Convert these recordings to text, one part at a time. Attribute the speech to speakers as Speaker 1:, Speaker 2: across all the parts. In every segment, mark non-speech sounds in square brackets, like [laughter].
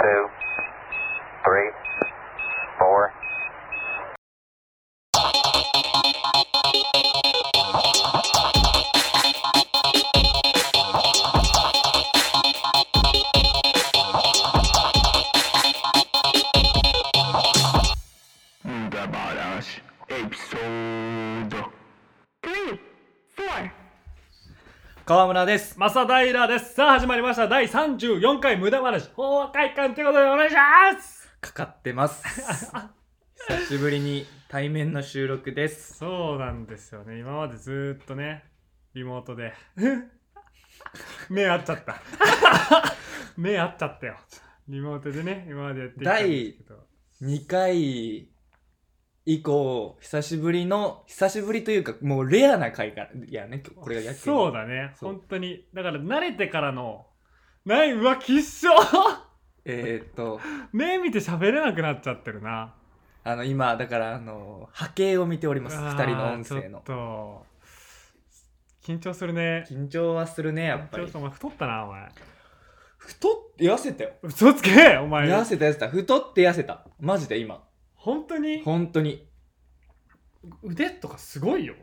Speaker 1: two, three, four.
Speaker 2: 無駄話エピソード
Speaker 3: three, four.
Speaker 4: 川村です
Speaker 5: 正平です。さあ始まりました。第34回無駄話法話会館ということでお願いします
Speaker 4: かかってます [laughs] 久しぶりに対面の収録です
Speaker 5: そうなんですよね。今までずーっとね、リモートで。 [laughs] 目合っちゃった。 [laughs] 目合っちゃったよ。リモートでね、今までやってきたんですけど。
Speaker 4: 2回以降久しぶりの久しぶりというかもうレアな回からいやねこれが野球
Speaker 5: そうだね。
Speaker 4: そう
Speaker 5: 本当に。だから慣れてからの、ない、うわ、きっしょ
Speaker 4: えーっと
Speaker 5: [laughs] 目見て喋れなくなっちゃってるな。
Speaker 4: あの今だからあの波形を見ております
Speaker 5: あー
Speaker 4: 2人の音声の
Speaker 5: ちょっと、緊張するね。
Speaker 4: 緊張はするねやっぱ
Speaker 5: 緊張
Speaker 4: り
Speaker 5: するお前太ったな、お前。
Speaker 4: 太って痩せたよ
Speaker 5: 嘘つけお前
Speaker 4: 痩せた痩せた太って痩せたマジで今
Speaker 5: 本当に
Speaker 4: 本当に
Speaker 5: 腕とかすごいよ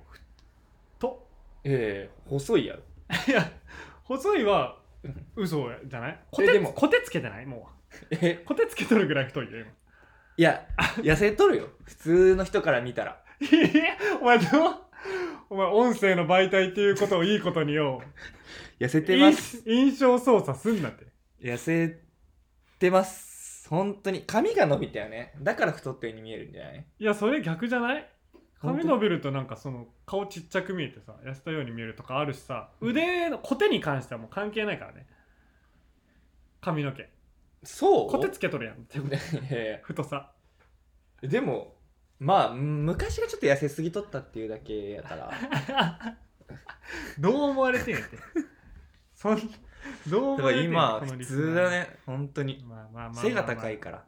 Speaker 5: と
Speaker 4: ええ細いやろ
Speaker 5: いや細いは嘘じゃないこ
Speaker 4: え
Speaker 5: て
Speaker 4: でも
Speaker 5: こてつけてないも
Speaker 4: え
Speaker 5: うこてつけとるぐらい太いよ
Speaker 4: いや痩せとるよ普通の人から見たら
Speaker 5: 今いや [laughs] お前どうお前音声の媒体っていうことをいいことによ
Speaker 4: 痩せてま
Speaker 5: 印
Speaker 4: す
Speaker 5: 印象操作すんなって
Speaker 4: 痩せてます本当に髪が伸びたよねだから太ったように見えるんじゃない
Speaker 5: いやそれ逆じゃない髪伸
Speaker 4: 本
Speaker 5: びるとなんかその顔ちっちゃく見えてさ痩せたように見えるとかあるしさ腕のコテに関してはもう関係ないからね髪の毛
Speaker 4: 当そう
Speaker 5: コテつけとるやんって
Speaker 4: いやい
Speaker 5: 太さ
Speaker 4: やでもまあうん昔がちょっと痩せすぎとったっていうだけ
Speaker 5: [laughs]
Speaker 4: やから
Speaker 5: どう思われてんやって。そんどう思
Speaker 4: だか
Speaker 5: わ
Speaker 4: ら
Speaker 5: れてん
Speaker 4: 今
Speaker 5: この
Speaker 4: 普
Speaker 5: リスナー
Speaker 4: 通だ。ね本当に
Speaker 5: まあまあまあまあまあ
Speaker 4: 背が高
Speaker 5: [laughs]
Speaker 4: い。から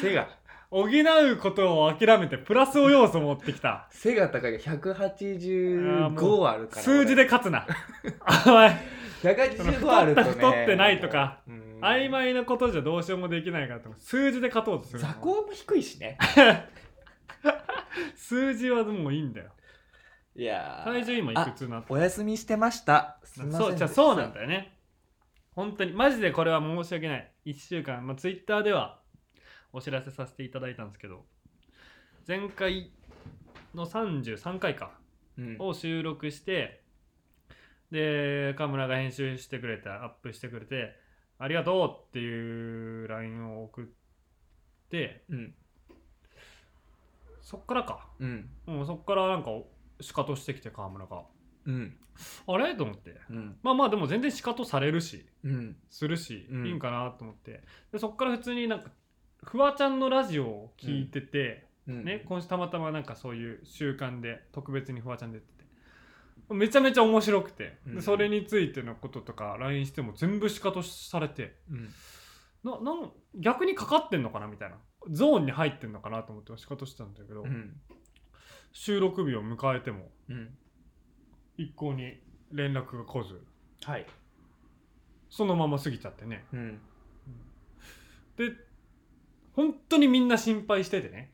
Speaker 4: 背が
Speaker 5: 補うことを諦めてプラスを要素持ってきた。
Speaker 4: 背が高いから
Speaker 5: あーも
Speaker 4: 185あるから
Speaker 5: 数字で勝つな。お前、
Speaker 4: 185あるとね
Speaker 5: 太った太ってないとか
Speaker 4: うん
Speaker 5: 曖昧なことじゃどうしようもできないからと思う数字で勝とうとする。
Speaker 4: 座高も低いしね
Speaker 5: 数字はもういいんだよ。
Speaker 4: いやー
Speaker 5: 体重今いくつなって
Speaker 4: お休みしてました。すみません
Speaker 5: そう
Speaker 4: で
Speaker 5: じ
Speaker 4: した
Speaker 5: ゃあそうなんだよね。本当に、マジでこれは申し訳ない。1週間、まあ、Twitter ではお知らせさせていただいたんですけど、前回の33回か
Speaker 4: うん
Speaker 5: を収録して、で、河村が編集してくれて、アップしてくれて、ありがとうっていう LINE を送って、
Speaker 4: うん。
Speaker 5: そっからか。
Speaker 4: うん。
Speaker 5: うん、そっからなんか、シカトしてきて、河村が。
Speaker 4: うん。
Speaker 5: あれと思って。
Speaker 4: うん。
Speaker 5: まあまあ、でも全然シカトされるし。
Speaker 4: うん。
Speaker 5: するし、
Speaker 4: うん
Speaker 5: いいんかなと思ってでそっから普通になんかフワちゃんのラジオを聞いてて、
Speaker 4: うん。
Speaker 5: ね、今週たまたまなんかそういう習慣で特別にフワちゃん出ててめちゃめちゃ面白くて、で
Speaker 4: うん
Speaker 5: それについてのこととか LINE しても全部シカトされて
Speaker 4: うん。
Speaker 5: ななん逆にかかってんのかなみたいなゾーンに入ってんのかなと思ってシカトしてたんだけど、
Speaker 4: うん。
Speaker 5: 収録日を迎えても
Speaker 4: うん。
Speaker 5: 一向に連絡が来ず
Speaker 4: はい。
Speaker 5: そのまま過ぎちゃってね
Speaker 4: うん。
Speaker 5: で本当にみんな心配しててね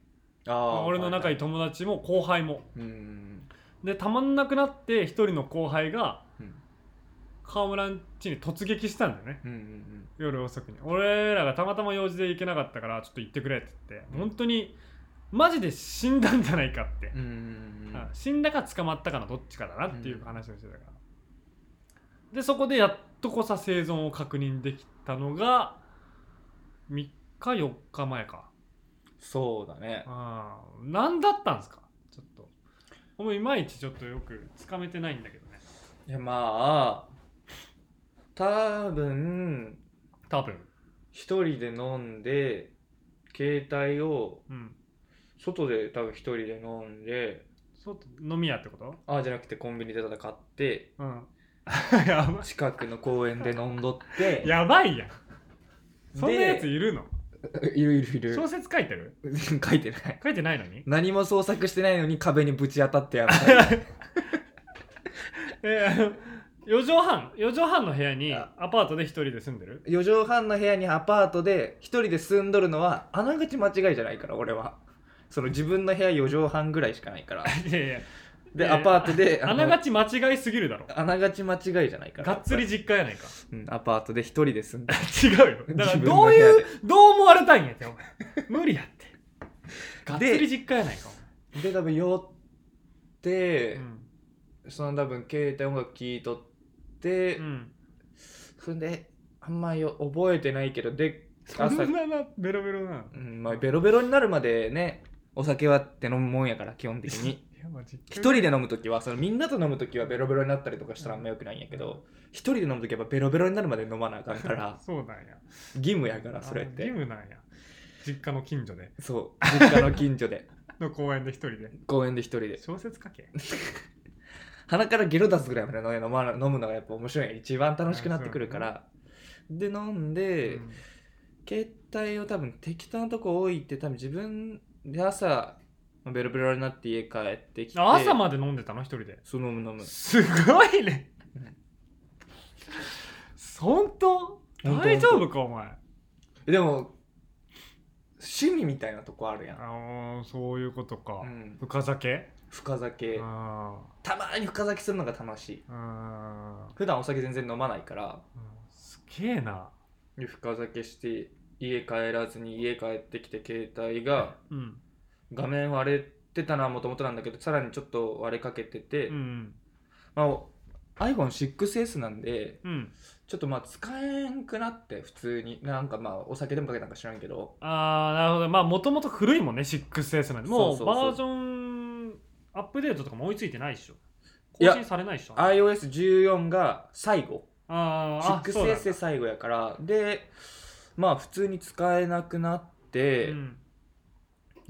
Speaker 4: ああ
Speaker 5: 俺の仲いい友達も後輩も
Speaker 4: うん。
Speaker 5: でたまんなくなって一人の後輩が
Speaker 4: うん。
Speaker 5: 川村ん家に突撃したんだよね
Speaker 4: うん。うん。
Speaker 5: 夜遅くに俺らがたまたま用事で行けなかったからちょっと行ってくれって言って本当にマジで死んだんじゃないかって
Speaker 4: うん。う、ん。
Speaker 5: あ死んだか捕まったかのどっちかだなっていう話をしてたから、でそこでやっとこさ生存を確認できたのが3日4日前か
Speaker 4: そうだね。
Speaker 5: ああ何だったんですかちょっともういまいちちょっとよくつかめてないんだけどね
Speaker 4: いや、まあ、多分、
Speaker 5: 多分
Speaker 4: 一人で飲んで、携帯を、
Speaker 5: うん
Speaker 4: 外で多分一人で飲んで、
Speaker 5: 外飲み屋ってこと
Speaker 4: ああじゃなくてコンビニでただ買って、
Speaker 5: うん [laughs] やば
Speaker 4: 近くの公園で飲んどって、
Speaker 5: いやばいやんそんなやつ
Speaker 4: で
Speaker 5: いるの
Speaker 4: いるいるいる。
Speaker 5: 小説書いてる
Speaker 4: [laughs] 書いてない。
Speaker 5: 書いてないのに
Speaker 4: 何も創作してないのに壁にぶち当たってやる
Speaker 5: [laughs] えー4畳半4畳半の部屋にアパートで一人で住んでる [laughs]
Speaker 4: 4畳半の部屋にアパートで一人で住んどるのはあながち間違いじゃないから俺はその自分の部屋4畳半ぐらいしかないから
Speaker 5: いやいや
Speaker 4: で
Speaker 5: いや
Speaker 4: アパートで
Speaker 5: あ
Speaker 4: の
Speaker 5: ながち間違いすぎるだろ
Speaker 4: あながち間違いじゃないから
Speaker 5: がっつり、実家やないか
Speaker 4: うん、アパートで一人で住んで
Speaker 5: [laughs] 違うよだからどういうどう思われたいんやってお前無理やって [laughs] がっつり実家やないか
Speaker 4: で多分酔って、
Speaker 5: お前うん
Speaker 4: その多分携帯音楽聴いとって、
Speaker 5: うん
Speaker 4: そんであんまよ覚えてないけどで
Speaker 5: そ
Speaker 4: 朝
Speaker 5: んななベロベロな
Speaker 4: うんまあ、ベロベロになるまでねお酒はって飲むもんやから基本的
Speaker 5: [laughs]
Speaker 4: に
Speaker 5: いやまあ実家
Speaker 4: 一人で飲む時はそのみんなと飲む時はベロベロになったりとかしたらあんまよくないんやけど一人で飲む時はやっぱベロベロになるまで飲まなあかんから
Speaker 5: [laughs] そうなんや
Speaker 4: 義務やからそれっ
Speaker 5: あ
Speaker 4: て
Speaker 5: 義務なんや実家の近所で
Speaker 4: そう実家の近所で
Speaker 5: の公園で一人で
Speaker 4: 公園で一人で
Speaker 5: 小説書け
Speaker 4: 鼻からゲロ出すぐらいまで飲む飲むのがやっぱ面白いんや一番楽しくなってくるからで飲んで、
Speaker 5: うん
Speaker 4: 携帯を多分適当なとこ置いて多分自分で朝ベロベロになって家帰ってきて
Speaker 5: あ朝まで飲んでたの一人で
Speaker 4: そう飲む飲む
Speaker 5: すごいね本当
Speaker 4: 本当
Speaker 5: 大丈夫かお前
Speaker 4: でも趣味みたいなとこあるやん、
Speaker 5: ああそういうことか
Speaker 4: うん、
Speaker 5: 深酒
Speaker 4: 深酒
Speaker 5: あ
Speaker 4: たまに深酒するのが楽しい
Speaker 5: ーあ
Speaker 4: 普段お酒全然飲まないから
Speaker 5: ーうんすげえな
Speaker 4: で深酒して家帰らずに家帰ってきて携帯が
Speaker 5: うん
Speaker 4: 画面割れてたのはもともとなんだけどさらにちょっと割れかけてて、
Speaker 5: うん
Speaker 4: まあ、お iPhone6S なんで
Speaker 5: うん
Speaker 4: ちょっとまあ使えんくなって普通になんかまあお酒でもかけたんか知らんけど
Speaker 5: ああなるほどまあもともと古いもんね 6S なんでも
Speaker 4: そううそうそう
Speaker 5: バージョンアップデートとかも追いついてないでしょ更
Speaker 4: いや
Speaker 5: 新されないでしょあ
Speaker 4: iOS14 が最後
Speaker 5: あーあそうなんだ
Speaker 4: 6S で最後やからでまあ普通に使えなくなって、
Speaker 5: うん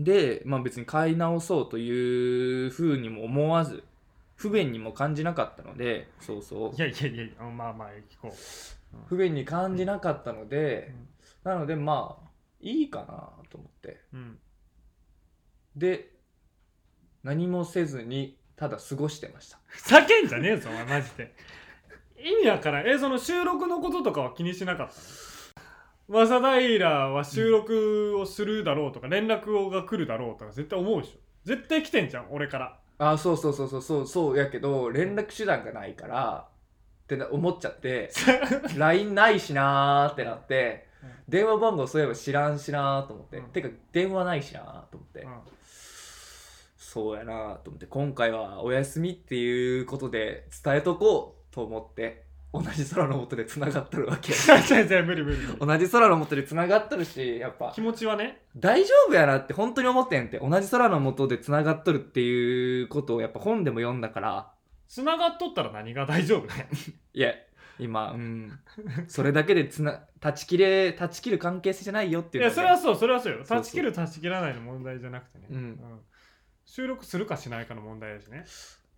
Speaker 4: でまあ別に買い直そうというふうにも思わず不便にも感じなかったのでそうそう
Speaker 5: いやいやいやいやまあまあ聞こ
Speaker 4: 不便に感じなかったので、なのでまあいいかなと思って
Speaker 5: ううん
Speaker 4: で何もせずにただ過ごしてました
Speaker 5: ふざけんじゃねえぞお前マジで意味わからんえその収録のこととかは気にしなかったの早平は収録をするだろうとか、連絡が来るだろうとか絶対思うでしょ絶対来てんじゃん俺
Speaker 4: [laughs]
Speaker 5: から
Speaker 4: あそうそうそうそうそうそうやけど連絡手段がないからってな思っちゃって
Speaker 5: う
Speaker 4: LINE ないしなーってなって
Speaker 5: うん
Speaker 4: 電話番号そういえば知らんしなーと思って、
Speaker 5: うん
Speaker 4: てか電話ないしなーと思って、
Speaker 5: ん [laughs]
Speaker 4: そうやなーと思って今回はお休みっていうことで伝えとこうと思って同じ空の下でつながっとる
Speaker 5: [laughs]
Speaker 4: わけ
Speaker 5: 違う違う無理無理
Speaker 4: [laughs]
Speaker 5: 無理
Speaker 4: 同じ空の下でつながっとるしやっぱ
Speaker 5: 気持ちはね
Speaker 4: 大丈夫やなって本当に思ってんって同じ空の下でつながっとるっていうことをやっぱ本でも読んだから
Speaker 5: 繋がっと [laughs] ったら何が大丈夫ね
Speaker 4: いや今うんそれだけでつな断ち切れ断ち切る関係性じゃないよって
Speaker 5: い
Speaker 4: い
Speaker 5: や
Speaker 4: うので
Speaker 5: それはそうそれはそうよ
Speaker 4: うそう
Speaker 5: 断ち切る断ち切らないの問題じゃなくてね、
Speaker 4: うん
Speaker 5: 収録するかしないかの問題だしね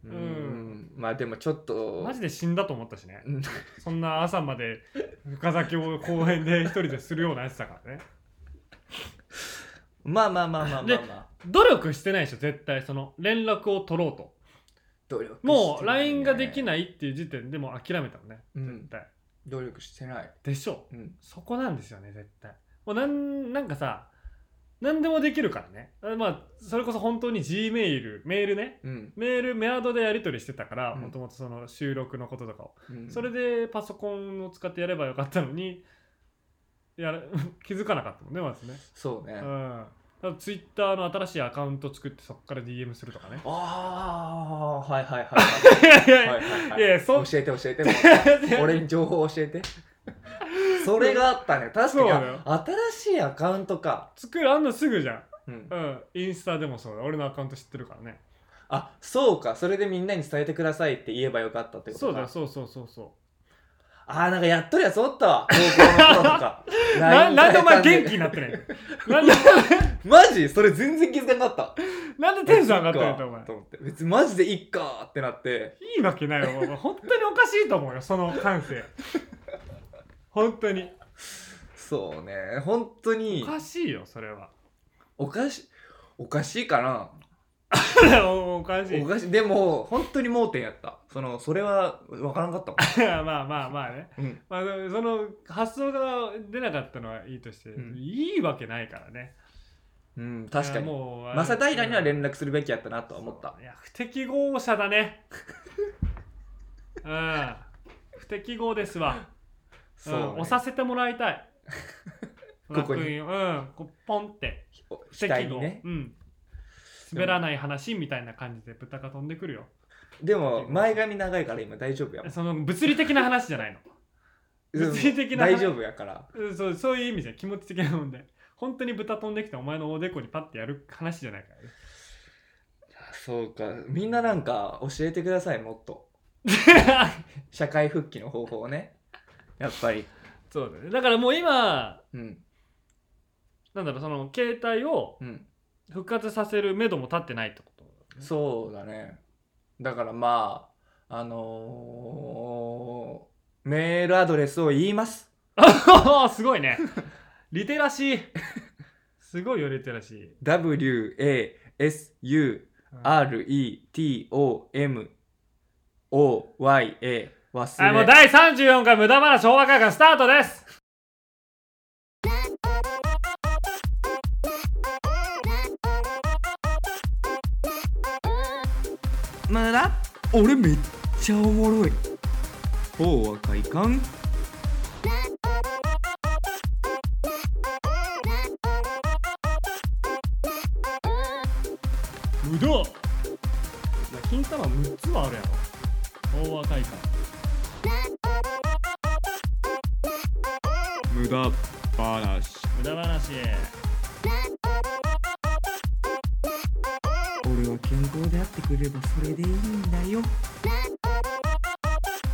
Speaker 4: うん
Speaker 5: う
Speaker 4: まあでもちょっと
Speaker 5: マジで死んだと思ったしね
Speaker 4: うん
Speaker 5: そんな朝まで深酒を公園で一人でするようなやつだからね
Speaker 4: まあまあまあまあまあまあ
Speaker 5: [laughs] 努力してないでしょ絶対その連絡を取ろうと
Speaker 4: 努力してないね
Speaker 5: もう LINE ができないっていう時点でもう諦めたのね
Speaker 4: うん
Speaker 5: 絶対
Speaker 4: 努力してない
Speaker 5: でしょ
Speaker 4: うん
Speaker 5: そこなんですよね絶対もうなんなんかさ何でもできるからねあまあそれこそ本当に G メールメールね
Speaker 4: うん、
Speaker 5: メールメアドでやり取りしてたから
Speaker 4: うん
Speaker 5: もともとその収録のこととかを
Speaker 4: うん
Speaker 5: それでパソコンを使ってやればよかったのにやら [laughs] 気づかなかったもんねまずね
Speaker 4: そうね、
Speaker 5: う
Speaker 4: あ
Speaker 5: んただツイッターの新しいアカウント作ってそこから DM するとかね
Speaker 4: あーはいはい [laughs] はい
Speaker 5: やい
Speaker 4: いはい
Speaker 5: や
Speaker 4: はいはいはい
Speaker 5: いやいやそ
Speaker 4: 教
Speaker 5: う
Speaker 4: えて教えても
Speaker 5: いや
Speaker 4: う俺に情報教え
Speaker 5: [laughs]
Speaker 4: てそれがあったね確
Speaker 5: そうだ
Speaker 4: かに
Speaker 5: よ
Speaker 4: 新しいアカウントか、
Speaker 5: 作るあんのすぐじゃん、
Speaker 4: うん
Speaker 5: う、ん、インスタでもそうだ俺のアカウント知ってるからね
Speaker 4: あそうかそれでみんなに伝えてくださいって言えばよかったってことか
Speaker 5: そうだそうそうそうそ
Speaker 4: あーなんかやっとりゃそうったわ高校の頃とか
Speaker 5: う [laughs] な
Speaker 4: LINE
Speaker 5: なんでお前元気になってないのなんで [laughs]
Speaker 4: マジそれ全然気づかなかった
Speaker 5: なんでテンション上がってない
Speaker 4: 別
Speaker 5: と
Speaker 4: にい
Speaker 5: お
Speaker 4: っか
Speaker 5: 前
Speaker 4: と思って別にマジでいっかーってなって
Speaker 5: いいわけないよお前本当におかしいと思うよその感性本当に
Speaker 4: そうね本当
Speaker 5: お
Speaker 4: に [laughs]
Speaker 5: かしいよそれは
Speaker 4: おかしおかしいかな
Speaker 5: おおかしい
Speaker 4: おかしいでも本当に盲点やったそのそれは分からんかった
Speaker 5: [laughs]
Speaker 4: も
Speaker 5: まあまあまあね、
Speaker 4: ん、うん、
Speaker 5: まあ、その発想が出なかったのはいいとして、
Speaker 4: うん
Speaker 5: いいわけないからね
Speaker 4: うん、確か
Speaker 5: いや
Speaker 4: に
Speaker 5: もうあれ
Speaker 4: 正平には連絡するべきやったなとは思った
Speaker 5: いや不適合者だね [laughs] うん不適合ですわ
Speaker 4: そう、
Speaker 5: ん、押させてもらいたい
Speaker 4: [laughs] ここに
Speaker 5: 楽園うんこうポンって
Speaker 4: お額にね
Speaker 5: うん滑らない話みたいな感じで豚が飛んでくるよ
Speaker 4: でも前髪長いから今大丈夫やもん
Speaker 5: その物理的な話じゃないの物理的な
Speaker 4: 大丈夫やから
Speaker 5: うんそうそういう意味じゃん気持ち的な問題本当に豚飛んできてお前のおでこにパッてやる話じゃないからね
Speaker 4: そうかみんななんか教えてくださいもっと社会復帰の方法をねやっぱり
Speaker 5: [laughs] そうだねだからもう今
Speaker 4: うん
Speaker 5: なんだろうその携帯を
Speaker 4: うん
Speaker 5: 復活させる目処も立ってないってこと
Speaker 4: そうだねだからまああのーメールアドレスを言います
Speaker 5: [laughs] あすごいねリテラ [laughs] シーすごいよリテラシー
Speaker 4: WASURETOMOYA
Speaker 5: は
Speaker 4: 忘
Speaker 5: いもう
Speaker 4: れ
Speaker 5: 第34回無駄話昭和会館スタートです
Speaker 4: 無駄俺めっちゃおもろい法は快感
Speaker 5: 無駄お前金玉6つはあるやろ昭和会館
Speaker 2: 無駄話
Speaker 5: 無駄話
Speaker 4: 俺は健康であってくればそれでいいんだよ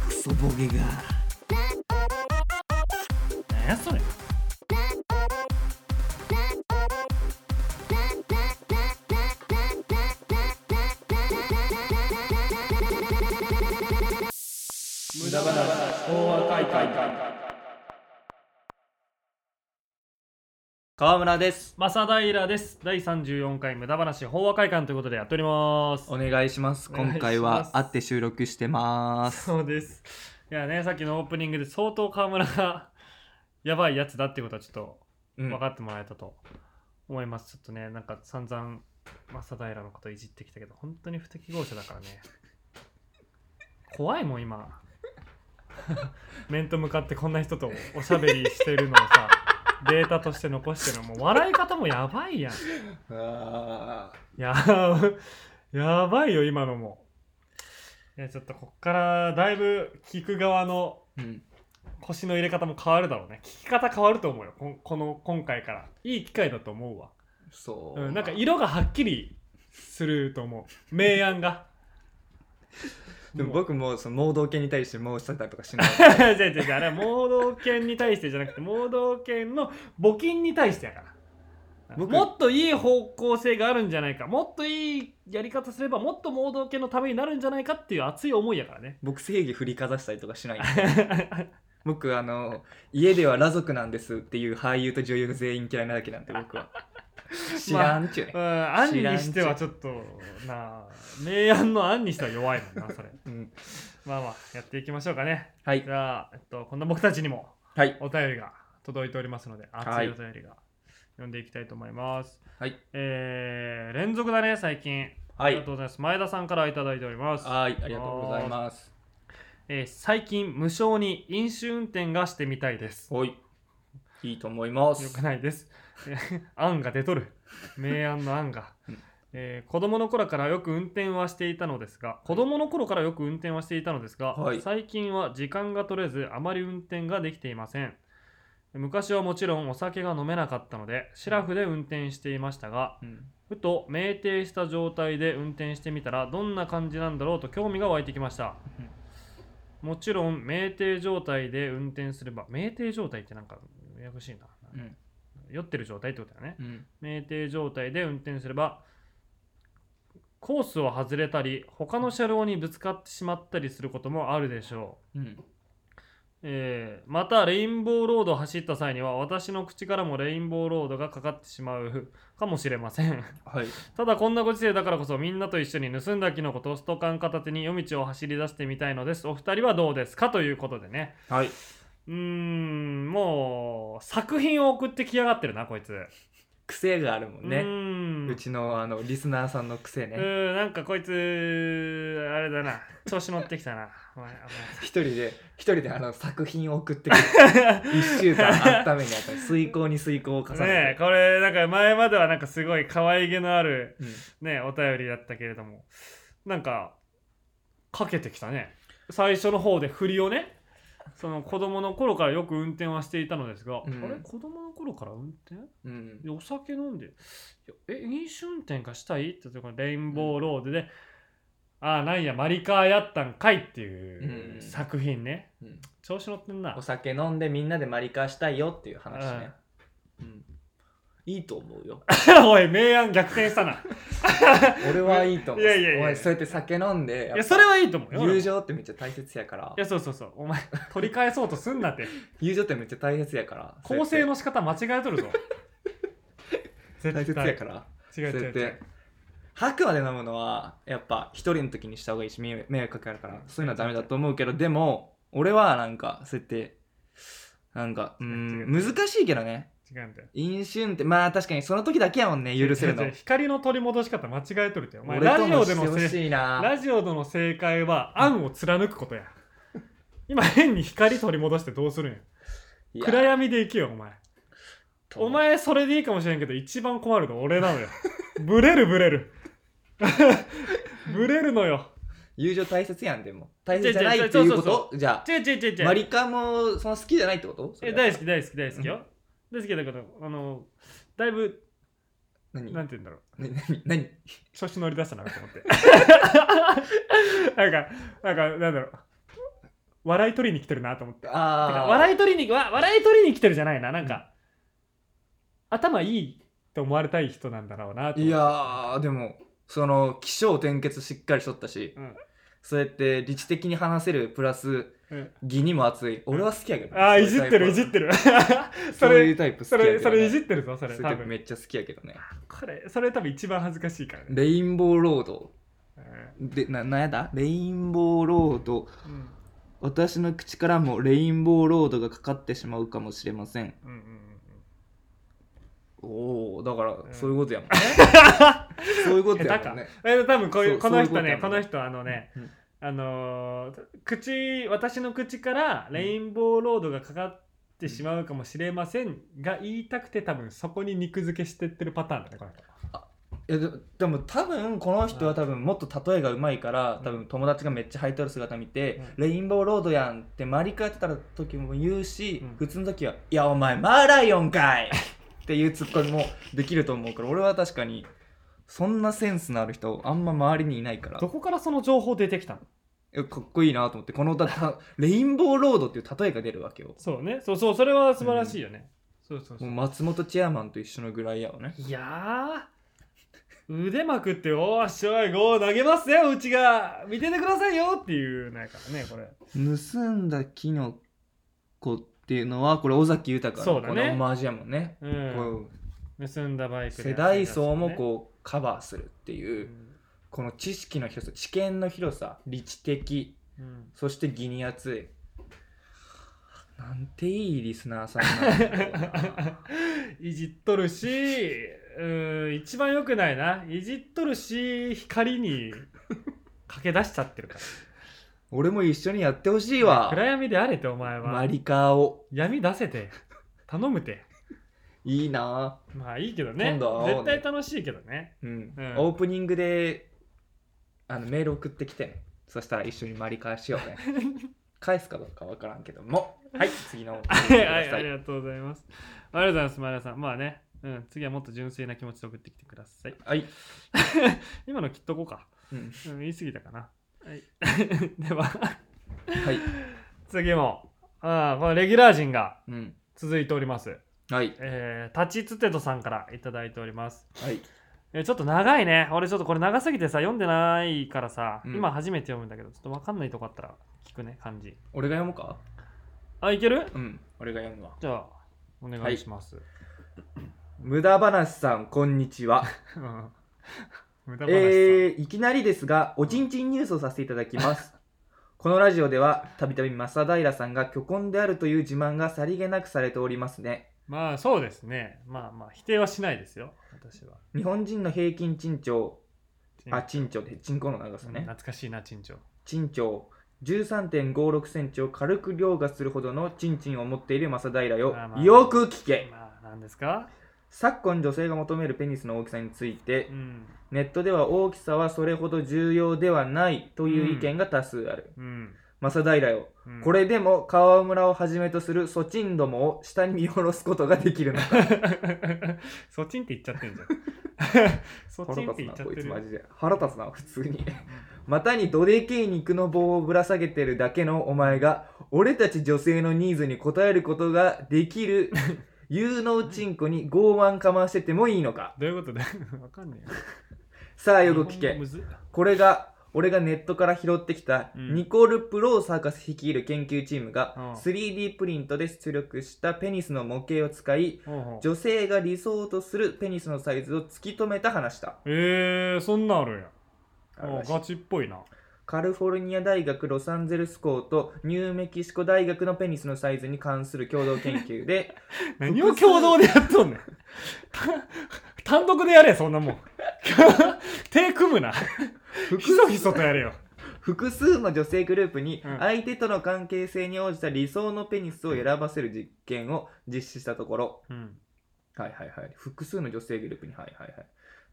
Speaker 4: クソボケが
Speaker 5: 何やそれ無駄話昭和会館
Speaker 4: 川村です
Speaker 5: 正平です第34回無駄話法和会館ということでやっております
Speaker 4: お願いします
Speaker 5: お願いし
Speaker 4: 今
Speaker 5: ます
Speaker 4: 回は会って収録してます
Speaker 5: そうですいやねさっきのオープニングで相当河村がやばいやつだってことはちょっと
Speaker 4: うん
Speaker 5: 分かってもらえたと思います、ちょっとねなんか散々正平のこといじってきたけど本当に不適合者だからね怖いもん今 [laughs] 面と向かってこんな人とおしゃべりしてるのをさデータとして残してるのもう笑い方もやばいやん
Speaker 4: あー
Speaker 5: ややばいよ今のもいやちょっとこっからだいぶ聞く側の
Speaker 4: うん
Speaker 5: 腰の入れ方も変わるだろうね聞き方変わると思うよこんこの今回からいい機会だと思うわ、
Speaker 4: そう、
Speaker 5: うん、なんか色がはっきりすると思う明暗が
Speaker 4: [laughs] でも
Speaker 5: もう [laughs]
Speaker 4: 僕もその盲導犬に対して申したりとかしない
Speaker 5: 違う違う違うあれは盲導犬に対してじゃなくて盲導犬の募金に対してやから
Speaker 4: 僕
Speaker 5: もっといい方向性があるんじゃないかもっといいやり方すればもっと盲導犬のためになるんじゃないかっていう熱い思いやからね
Speaker 4: 僕正義振りかざしたりとかしないんで
Speaker 5: [laughs]
Speaker 4: 僕あの家では裸族なんですっていう俳優と女優が全員嫌いなだけなんで僕は知らんっちゅうね、
Speaker 5: うん案にしてはちょっとなあ明暗の案にしては弱いもんな
Speaker 4: [laughs]
Speaker 5: それ
Speaker 4: うん、
Speaker 5: まあまあやっていきましょうかね
Speaker 4: はい
Speaker 5: じゃあ、えっと、こんな僕たちにも
Speaker 4: はい
Speaker 5: お便りが届いておりますので熱
Speaker 4: はいい
Speaker 5: お便りが読んでいきたいと思います、
Speaker 4: はい
Speaker 5: えー、連続だね最近
Speaker 4: は
Speaker 5: ありが
Speaker 4: い
Speaker 5: とうございます。前田さんからいただいております。
Speaker 4: はいありがとうございます
Speaker 5: えー最近無償に飲酒運転がしてみたいです。
Speaker 4: はいいいと思います
Speaker 5: よくないです。えー案が出とる。明暗の案が。えー子供の頃からよく運転はしていたのですが子供の頃からよく運転はしていたのですが、
Speaker 4: はい
Speaker 5: 最近は時間が取れずあまり運転ができていません昔はもちろんお酒が飲めなかったのでシラフで運転していましたが
Speaker 4: うん
Speaker 5: ふと酩酊した状態で運転してみたらどんな感じなんだろうと興味が湧いてきましたもちろん酩酊状態で運転すれば酩酊状態ってなんかややこしいな、
Speaker 4: うん
Speaker 5: 酔ってる状態ってことだよね
Speaker 4: うん
Speaker 5: 酩酊状態で運転すればコースを外れたり他の車両にぶつかってしまったりすることもあるでしょう
Speaker 4: うん
Speaker 5: えーまたレインボーロードを走った際には私の口からもレインボーロードがかかってしまう [laughs] かもしれません
Speaker 4: はい。
Speaker 5: ただこんなご時世だからこそみんなと一緒に盗んだキノコとストカン片手に夜道を走り出してみたいのですお二人はどうですかということでね
Speaker 4: はい。
Speaker 5: うーんもう作品を送ってきやがってるなこいつ
Speaker 4: 癖があるもん
Speaker 5: うー
Speaker 4: ね。
Speaker 5: ん
Speaker 4: うちのあのリスナーさんの癖
Speaker 5: う
Speaker 4: ね。
Speaker 5: ーんなんかこいつあれだな調子乗ってきたなお前お前
Speaker 4: 一人で一人であの作品を送ってく
Speaker 5: [laughs]
Speaker 4: る。一週間温めにあったり遂行に遂行を重
Speaker 5: ねえ
Speaker 4: ねて。
Speaker 5: これなんか前まではなんかすごい可愛げのある
Speaker 4: うん
Speaker 5: ねお便りだったけれどもなんかかけてきたね最初の方で振りをねその子供の頃からよく運転はしていたのですが、
Speaker 4: うん
Speaker 5: あれ子供の頃から運転
Speaker 4: うん
Speaker 5: でお酒飲んでいやえ飲酒運転がしたいってとこレインボーロードで、ああなんやマリカーやったんかいっていう
Speaker 4: うん
Speaker 5: 作品ね、
Speaker 4: うん
Speaker 5: 調子乗ってんな
Speaker 4: お酒飲んでみんなでマリカーしたいよっていう話ね。うんいいと思
Speaker 5: [laughs]
Speaker 4: うよ。
Speaker 5: おい明暗逆転したな
Speaker 4: 俺はいいと思う。
Speaker 5: いやいやいや
Speaker 4: お前そうやって酒飲んで。
Speaker 5: いやそれはいいと思うよ
Speaker 4: 友情ってめっちゃ大切やから
Speaker 5: いやそうそうそうお前取り返そうとすんな
Speaker 4: [laughs]
Speaker 5: って
Speaker 4: 友情ってめっちゃ大切やから
Speaker 5: 構成の仕方間違えとるぞ
Speaker 4: そうやって
Speaker 5: 絶
Speaker 4: 大切
Speaker 5: 対
Speaker 4: やから
Speaker 5: 違う
Speaker 4: そ
Speaker 5: 違
Speaker 4: うや
Speaker 5: う
Speaker 4: っ
Speaker 5: 違
Speaker 4: て
Speaker 5: う
Speaker 4: 吐くまで飲むのはやっぱ一人の時にした方がいいし迷迷惑かかるからそういうのはダメだと思うけどでも俺はなんかそうやってなんかうーん
Speaker 5: 違う違う
Speaker 4: 難しいけどね
Speaker 5: 違うんだよ
Speaker 4: 飲酒ってまあ確かにその時だけやもんね許せるの
Speaker 5: 違う違う光の取り戻し方間違えとる [laughs] ってお前
Speaker 4: 俺
Speaker 5: ラジ
Speaker 4: と
Speaker 5: オ
Speaker 4: も
Speaker 5: で
Speaker 4: して
Speaker 5: の
Speaker 4: ほ
Speaker 5: 正
Speaker 4: しいな
Speaker 5: ラジオでの正解は案を貫くことや今変に光取り戻してどうするんや
Speaker 4: いや
Speaker 5: 暗闇で行けよお前お前それでいいかもしれんけど一番困るの俺なのよブレるブレるブレるのよ
Speaker 4: 友情大切やんでも大切じゃないっていうことじゃ
Speaker 5: 違う違う違う違
Speaker 4: あ
Speaker 5: う
Speaker 4: マリカもその好きじゃないってことそれ
Speaker 5: え大好き大好き大好きよ、大好きだけどあのだいぶ
Speaker 4: 何
Speaker 5: なんて言うんだろう
Speaker 4: 何何何
Speaker 5: 調子乗り出したなと思って [laughs] なんかなんかなんだろう笑い取りに来てるなと思って
Speaker 4: あ
Speaker 5: てか
Speaker 4: あ
Speaker 5: 笑い取りにわ笑い取りに来てるじゃないななんか、頭いいと思われたい人なんだろうなと思って
Speaker 4: いやーでもその起承転結しっかりしとったし、
Speaker 5: うん
Speaker 4: そうやって理知的に話せるプラス
Speaker 5: うん
Speaker 4: 義にも熱い俺は好きやけど、
Speaker 5: ああいじってるいじってるそ
Speaker 4: [laughs] そういう
Speaker 5: れ
Speaker 4: タイプ
Speaker 5: そ
Speaker 4: そうい
Speaker 5: れ
Speaker 4: うタイプ好きやけ
Speaker 5: そ
Speaker 4: どね、
Speaker 5: れいじってるぞそ
Speaker 4: そ
Speaker 5: れ
Speaker 4: ういうタ
Speaker 5: 多
Speaker 4: イプめ
Speaker 5: 分
Speaker 4: っちゃ好きやけどね
Speaker 5: これそれ多分一番恥ずかしいからね、
Speaker 4: レインボーロード
Speaker 5: うん
Speaker 4: でななんやだレインボーロード私の口からもレインボーロードがかかってしまうかもしれません
Speaker 5: うんうんうん [laughs]
Speaker 4: おおだから
Speaker 5: ん
Speaker 4: そういうことや
Speaker 5: [laughs]
Speaker 4: もんね、そういうことやもんね
Speaker 5: え多分こうい
Speaker 4: そうう
Speaker 5: この人
Speaker 4: そうい
Speaker 5: ね
Speaker 4: うこ
Speaker 5: こと
Speaker 4: やもん
Speaker 5: の人あの
Speaker 4: ね
Speaker 5: ね、
Speaker 4: うん
Speaker 5: あのー口私の口からレインボーロードがかかってしまうかもしれませんが言いたくて多分そこに肉付けしてってるパターンだねこの人
Speaker 4: いやででも多分この人は多分もっと例えがうまいから
Speaker 5: うん
Speaker 4: 多分友達がめっちゃ履いてる姿見て「レインボーロードやん」って周りからやってた時も言うし、
Speaker 5: うん
Speaker 4: 普通の時は「いやお前マーライオンかい!」 [laughs] っていうツッコミもできると思うから俺は確かにそんなセンスのある人あんま周りにいないから
Speaker 5: どこからその情報出てきたの
Speaker 4: えかっこいいなと思ってこの歌た「レインボーロード」っていう例えが出るわけよ
Speaker 5: そうねそうそうそれは素晴らしいよね、そうそうそ
Speaker 4: も
Speaker 5: う
Speaker 4: う松本チェアマンと一緒のぐらいやわね
Speaker 5: いやー腕まくって、おーしょい、ゴー投げますよ、うちが。見ててくださいよっていう、なんかね、これ。
Speaker 4: 盗んだキノコっていうのはこれ尾崎豊
Speaker 5: そ
Speaker 4: の
Speaker 5: うだ
Speaker 4: こ
Speaker 5: ね
Speaker 4: のオマージュやもんね
Speaker 5: うん。
Speaker 4: こ
Speaker 5: 盗んだバイ
Speaker 4: う
Speaker 5: クで
Speaker 4: 世代層も
Speaker 5: ね
Speaker 4: こうカバーするっていううんこの知識の広さ知見の広さ理知的
Speaker 5: うん
Speaker 4: そして義に熱いなんていいリスナーさんなんだろう
Speaker 5: [laughs]
Speaker 4: な
Speaker 5: いじっとるしうん一番よくないないじっとるし光に駆け出しちゃってるから
Speaker 4: 俺も一緒にやってほしいわ
Speaker 5: 暗闇であれてお前は、
Speaker 4: マリカーを
Speaker 5: 闇出せて頼むて
Speaker 4: いいな
Speaker 5: まあいいけどね
Speaker 4: 今度会お
Speaker 5: 絶
Speaker 4: うね
Speaker 5: 対楽しいけどね
Speaker 4: うん、
Speaker 5: うん
Speaker 4: オープニングであのメール送ってきてねそしたら一緒にマリカーしよ
Speaker 5: [laughs]
Speaker 4: うね返すかどうかわからんけどもはい次のお便りくだ
Speaker 5: [laughs]
Speaker 4: さ
Speaker 5: はいいありがとうございますありがとうございますマリアさんまあね、うん、次はもっと純粋な気持ちで送ってきてください [laughs]
Speaker 4: はい、
Speaker 5: 今の切っとこうか、
Speaker 4: うん
Speaker 5: うん、言い過ぎたかなはい [laughs] では
Speaker 4: はい
Speaker 5: 次もああこのレギュラー陣が
Speaker 4: うん
Speaker 5: 続いております
Speaker 4: はい
Speaker 5: えー、立ちつてとさんからいただいております、
Speaker 4: はい
Speaker 5: えーちょっと長いね俺ちょっとこれ長すぎてさ読んでないからさ、
Speaker 4: うん
Speaker 5: 今初めて読むんだけどちょっと分かんないとこあったら聞くね漢字
Speaker 4: 俺が読むか
Speaker 5: あ、いける
Speaker 4: うん、俺が読むわ。
Speaker 5: じゃあ、お願いします。
Speaker 4: 無駄話さん、こんにちは。
Speaker 5: [laughs] うん無駄話さん
Speaker 4: えー、いきなりですが、おちんちんニュースをさせていただきます。このラジオでは、たびたび正平さんが虚婚であるという自慢がさりげなくされておりますね。
Speaker 5: まあそうですね。まあまあ否定はしないですよ、私は。
Speaker 4: 日本人の平均身長、
Speaker 5: ちん
Speaker 4: あ、身長で、チンコの長さね。
Speaker 5: 懐かしいな、陳長。
Speaker 4: 身長13.56センチを軽く凌駕するほどのチンチンを持っている正平よ
Speaker 5: まあまあ
Speaker 4: よく聞け
Speaker 5: まあ何ですか
Speaker 4: 昨今女性が求めるペニスの大きさについて
Speaker 5: うん。
Speaker 4: ネットでは大きさはそれほど重要ではないという意見が多数ある、
Speaker 5: うん。
Speaker 4: 正平よ
Speaker 5: うん
Speaker 4: これでも川村をはじめとするソチンどもを下に見下ろすことができるのか
Speaker 5: [laughs] そっちんって言っちゃってんじゃん。
Speaker 4: [laughs]
Speaker 5: そっ
Speaker 4: 腹
Speaker 5: ちんって
Speaker 4: 立
Speaker 5: 言っ
Speaker 4: つ
Speaker 5: ち
Speaker 4: な
Speaker 5: ゃっ
Speaker 4: こ
Speaker 5: て
Speaker 4: いつマ
Speaker 5: る。
Speaker 4: ジで腹立つな普通に股にどでけえ肉の棒をぶら下げてるだけのお前が俺たち女性のニーズに応えることがで
Speaker 5: [laughs]
Speaker 4: きる有能チンコに傲慢かましててもいいのか
Speaker 5: どういうことだわかんねえよ。
Speaker 4: さあよく
Speaker 5: 日
Speaker 4: 聞
Speaker 5: 本
Speaker 4: け
Speaker 5: 語むずっ
Speaker 4: これが俺がネットから拾ってきた
Speaker 5: うん
Speaker 4: ニコール・プローサーカス率いる研究チーム
Speaker 5: う
Speaker 4: が
Speaker 5: ん
Speaker 4: 3D プリントで出力したペニスの模型を使い
Speaker 5: ほうほう
Speaker 4: 女性が理想とするペニスのサイズを突き止めた話だ
Speaker 5: えー、そんなんあるんや。あガチっぽいな。
Speaker 4: カリフォルニア大学ロサンゼルス校とニューメキシコ大学のペニスのサイズに関する共同研
Speaker 5: [laughs]
Speaker 4: 究で
Speaker 5: 何を共同でやっとんねん。た単独でやれ、そんなもん。 [laughs] 手組むな。ひそひそとやれよ。
Speaker 4: 複数の女性グループに
Speaker 5: うん
Speaker 4: 相手との関係性に応じた理想のペニスを選ばせる実験を実施したところ
Speaker 5: うん。
Speaker 4: はいはいはい複数の女性グループにはいはいはい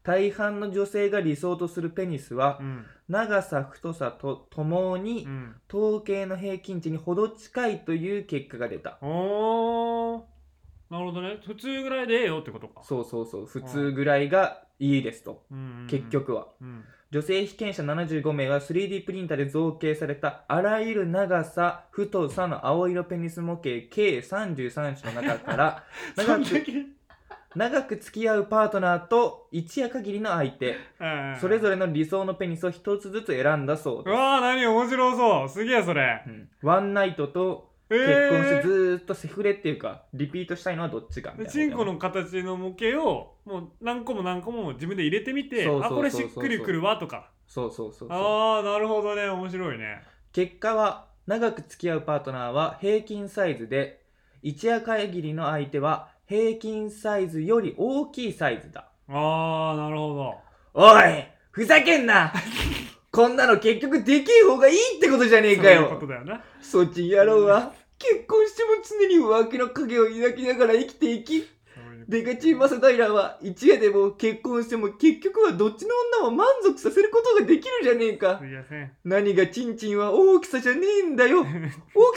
Speaker 4: 大半の女性が理想とするペニスは
Speaker 5: うん。
Speaker 4: 長さ太さとともに
Speaker 5: うん。
Speaker 4: 統計の平均値にほど近いという結果が出た
Speaker 5: おーなるほどね普通ぐらいでええよってことか
Speaker 4: そうそうそう普通ぐらいがいいですと
Speaker 5: うんうんうん
Speaker 4: 結、局は
Speaker 5: うん、
Speaker 4: 女性被験者75名は 3D プリンターで造形されたあらゆる長さ太さの青色ペニス模型計33種の中から
Speaker 5: [laughs]
Speaker 4: 長
Speaker 5: そんだ
Speaker 4: く
Speaker 5: け
Speaker 4: 長く付き合うパートナーと一夜限りの相手
Speaker 5: うん
Speaker 4: それぞれの理想のペニスを一つずつ選んだそう
Speaker 5: う
Speaker 4: です、
Speaker 5: わー何面白そうすげえそれ
Speaker 4: うんワンナイトと
Speaker 5: え
Speaker 4: 結婚してず
Speaker 5: ー
Speaker 4: ーっとセフレっていうかリピートしたいのはどっちかみたいな
Speaker 5: チンコの形の模型をもう何個も何個も自分で入れてみて
Speaker 4: そうそう
Speaker 5: あ
Speaker 4: そう
Speaker 5: これしっくりくるわとか
Speaker 4: そうそうそうそう
Speaker 5: ああなるほどね面白いね
Speaker 4: 結果は長く付き合うパートナーは平均サイズで一夜限りの相手は平均サイズより大きいサイズだ
Speaker 5: ああなるほ
Speaker 4: おいふざけん
Speaker 5: [laughs]
Speaker 4: なこんなの結局でけえ方がいいってことじゃね
Speaker 5: ど
Speaker 4: えか
Speaker 5: そういうこと
Speaker 4: よ
Speaker 5: だよな
Speaker 4: そっち野郎は結婚しても常に浮気の影を抱きながら生きていき
Speaker 5: そういう
Speaker 4: デカチンマサダイラは一夜でも結婚しても結局はどっちの女も満足させることができるじゃねえか
Speaker 5: すいません
Speaker 4: 何がチンチンは大きさじゃねえんだよ大き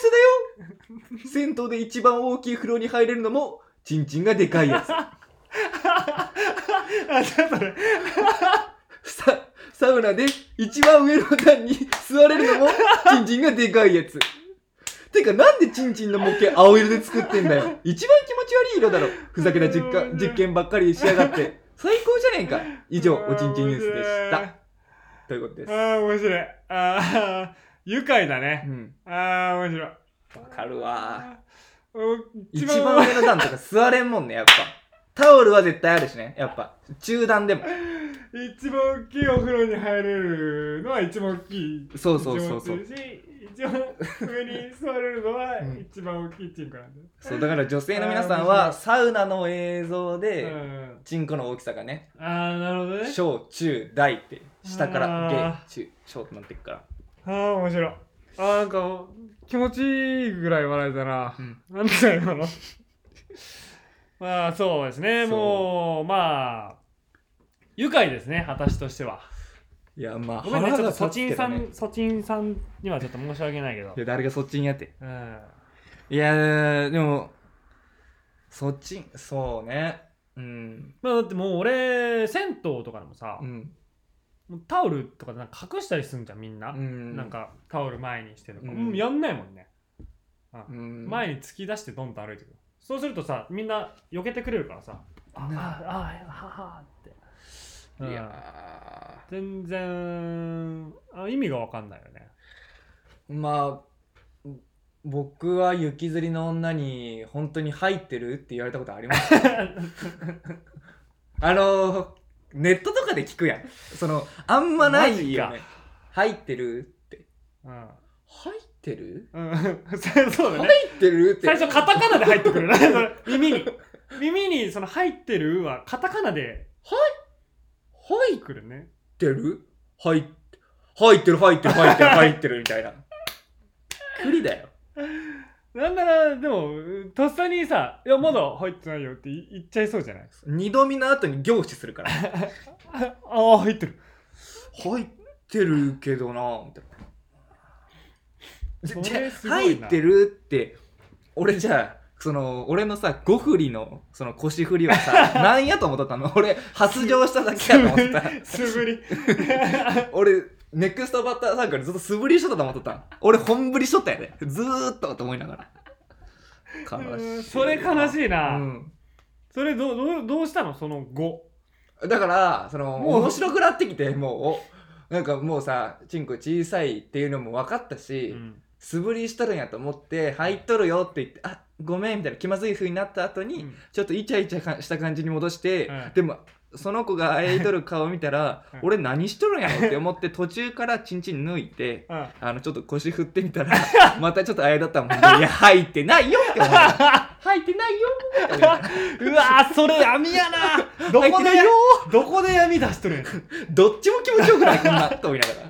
Speaker 4: さだよ銭湯で一番大きい風呂に入れるのもチンチンがでかいやつ
Speaker 5: あちょっとね
Speaker 4: さサウナで一番上の段に座れるのもチンチンがでかいやつてかなんでチンチンの模型青色で作ってんだよ一番気持ち悪い色だろふざけた実家実験ばっかりしやがって最高じゃねえか以上おちんちんニュースでしたということです
Speaker 5: ああ、面白い。ああ、愉快だ
Speaker 4: う
Speaker 5: ね。
Speaker 4: ん
Speaker 5: ああ、面白い。
Speaker 4: わかるわ
Speaker 5: うん
Speaker 4: 一
Speaker 5: 一番
Speaker 4: 番上の段とか座れんもんねやっぱタオルは絶対あるしねやっぱ中段でも
Speaker 5: 一番大きいお風呂に入れるのは一番大きい。
Speaker 4: そうそうそうそう
Speaker 5: 気持ちいいし一番上に座れるのは
Speaker 4: うん
Speaker 5: 一番大きいチンコなんだよ。
Speaker 4: そうだから女性の皆さん
Speaker 5: あー面白
Speaker 4: はいサウナの映像
Speaker 5: う
Speaker 4: で
Speaker 5: ん。
Speaker 4: チンコの大きさがね
Speaker 5: ああ、なるほどね。
Speaker 4: 小中大って下か
Speaker 5: あ
Speaker 4: ら下中小ってなってくか
Speaker 5: あ
Speaker 4: ら
Speaker 5: あ、面白い。ああ、なんかもう気持ちいいぐらい笑えたな。
Speaker 4: うん
Speaker 5: なんだよ、今の。 [laughs] まあ、そうですね。
Speaker 4: そう
Speaker 5: もう、まあ、愉快ですね、私としては。
Speaker 4: いやまあ
Speaker 5: ごめんね、ちょっと
Speaker 4: 立
Speaker 5: ソ
Speaker 4: つ
Speaker 5: チ
Speaker 4: け
Speaker 5: ン
Speaker 4: ど
Speaker 5: さ
Speaker 4: ね
Speaker 5: ん、ソチンさんにはちょっと申し訳ないけど
Speaker 4: い。や誰がそっちにやって
Speaker 5: うん。
Speaker 4: いやーでもそっちそうねうん
Speaker 5: まあだってもう俺、銭湯とかでもさ
Speaker 4: う、ん
Speaker 5: もうタオルとかでなんか隠したりするんじゃん、みんな。
Speaker 4: うん
Speaker 5: なんかタオル前にしてとか。
Speaker 4: うん
Speaker 5: うんやんないもんね。
Speaker 4: うん
Speaker 5: 前に突き出してドンと歩いてくる。そうするとさ、みんな避けてくれるからさ、ああ、あ
Speaker 4: な
Speaker 5: あ、ははって。
Speaker 4: い
Speaker 5: うん
Speaker 4: やー
Speaker 5: 全然あ意味が分かんないよね。
Speaker 4: まあ僕は雪吊りの女に本当に入ってるって言われたことあります [laughs] あのネットとかで聞くやんそのあんまないよ
Speaker 5: マ
Speaker 4: ね
Speaker 5: ジ
Speaker 4: 入ってるって
Speaker 5: うん
Speaker 4: 入ってる
Speaker 5: うん、 [laughs] そうそうだ
Speaker 4: 入
Speaker 5: ね。
Speaker 4: ってるって
Speaker 5: 最初カタカナで入ってくるな、 [laughs] それ耳に。耳にその入ってるはカタカナで
Speaker 4: 入っ
Speaker 5: 来るね。
Speaker 4: てる入っ入ってる入ってる入ってる入ってるみた [laughs] いな栗だよ
Speaker 5: なんなら、でも、とっさにさ、いや、まだ入ってないよってい言っちゃいそうじゃない [laughs]
Speaker 4: 二度見の後に凝視するから
Speaker 5: ああ、入ってる。
Speaker 4: 入ってるけどなみたいな
Speaker 5: そ
Speaker 4: じゃ
Speaker 5: れすご
Speaker 4: 入
Speaker 5: いな
Speaker 4: ってるって俺じゃあその俺のさ5振りのその腰振り
Speaker 5: [laughs]
Speaker 4: はさなんやと思っとったの俺発情しただけやと思ってた
Speaker 5: 素振り。
Speaker 4: 俺ネクストバッターサークルずっと素振りしとったと思っとったん俺本振りしとったやでずーっとと思いながら悲しい
Speaker 5: それ悲しいな
Speaker 4: うん
Speaker 5: それどう、どう、どうしたのその後。
Speaker 4: だからその
Speaker 5: もう
Speaker 4: 面白くなってきてもうおなんかもうさチンコ小さいっていうのも分かったし、
Speaker 5: うん
Speaker 4: 素振りしとるんやと思って「入っとるよ」って言って「あごめん」みたいな気まずい風になった後に、 [laughs]
Speaker 5: うん
Speaker 4: ちょっとイチャイチャかした感じに戻して、
Speaker 5: うん
Speaker 4: でもその子があえいとる顔を見たら
Speaker 5: うん
Speaker 4: 俺何しとるんやろって思って途中からチンチン抜いて
Speaker 5: うん
Speaker 4: あのちょっと腰振ってみたら [laughs] またちょっとあえだったもんで「いや入ってないよ」って思う入ってないよって思う
Speaker 5: うわーそれ闇やなど
Speaker 4: [laughs] 入っ
Speaker 5: こ
Speaker 4: てな
Speaker 5: で
Speaker 4: いよ
Speaker 5: どこで闇出しと
Speaker 4: [laughs]
Speaker 5: るんや
Speaker 4: どっちも気持ちよくないこんなと思いなが
Speaker 5: [laughs]
Speaker 4: ら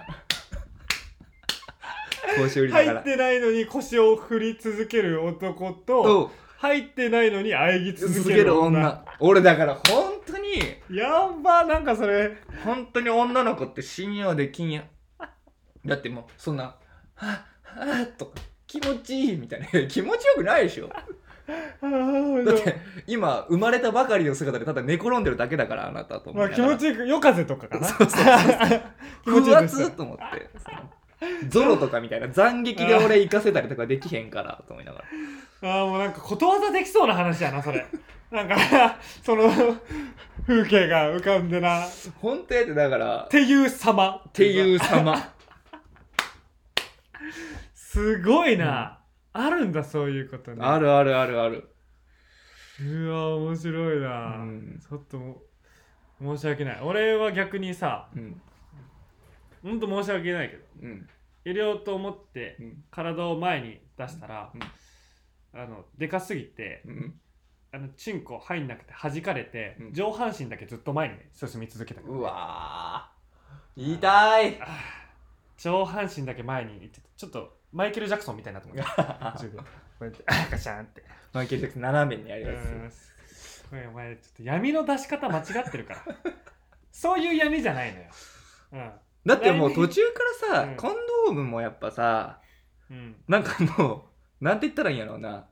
Speaker 4: 腰振りなが
Speaker 5: 入っ
Speaker 4: ら
Speaker 5: てないのに腰を振り続ける男と
Speaker 4: と
Speaker 5: 入ってないのに喘ぎ
Speaker 4: 続
Speaker 5: 続け
Speaker 4: け
Speaker 5: る
Speaker 4: る
Speaker 5: 女
Speaker 4: 女俺だから本当に
Speaker 5: やんばなんかそれ
Speaker 4: 本当に女の子って信用できんやだってもうそんな「はあはあ」とか「気持ちいい」みたいな [laughs] 気持ちよくないでしょだって今生まれたばかりの姿でただ寝転んでるだけだからあなたと思
Speaker 5: ま
Speaker 4: っ
Speaker 5: あ
Speaker 4: て
Speaker 5: 気持ちよく夜風とかかな
Speaker 4: そうそうそう
Speaker 5: 気持ち
Speaker 4: 風
Speaker 5: よくした
Speaker 4: 圧と思ってそのゾロとかみたいな斬撃で俺行かせたりとかできへんからと思いながら
Speaker 5: ああもうなんかことわざできそうな話やなそれなんか [laughs] その風景が浮かんでなっ
Speaker 4: 本当やってだからって
Speaker 5: いう様って
Speaker 4: いうう様
Speaker 5: すごいな、あるんだそういうことね
Speaker 4: あるあるあるある
Speaker 5: うわ面白いな、
Speaker 4: うん
Speaker 5: ちょっともう申し訳ない俺は逆にさ
Speaker 4: うん
Speaker 5: ほんと申し訳ないけど
Speaker 4: うん
Speaker 5: 入れようと思って
Speaker 4: うん
Speaker 5: 体を前に出したら、
Speaker 4: うん
Speaker 5: あのでかすぎて
Speaker 4: うん
Speaker 5: あのチンコ入んなくて弾かれて、
Speaker 4: うん
Speaker 5: 上半身だけずっと前にね進み続けたから
Speaker 4: うわー痛い
Speaker 5: 上半身だけ前に行ってちょっとマイケル・ジャクソンみたいになと思って途中でこうやって [laughs] あガシャンって
Speaker 4: マイケル・ジャクソン斜めにやる
Speaker 5: う
Speaker 4: や
Speaker 5: んすごいお前ちょっと闇の出し方間違ってるから [laughs] そういう闇じゃないのよ
Speaker 4: つだってもう途中からさ、
Speaker 5: うん
Speaker 4: コンドームもやっぱさ
Speaker 5: うんうん
Speaker 4: なんかもうなんて言ったらいいんやろうな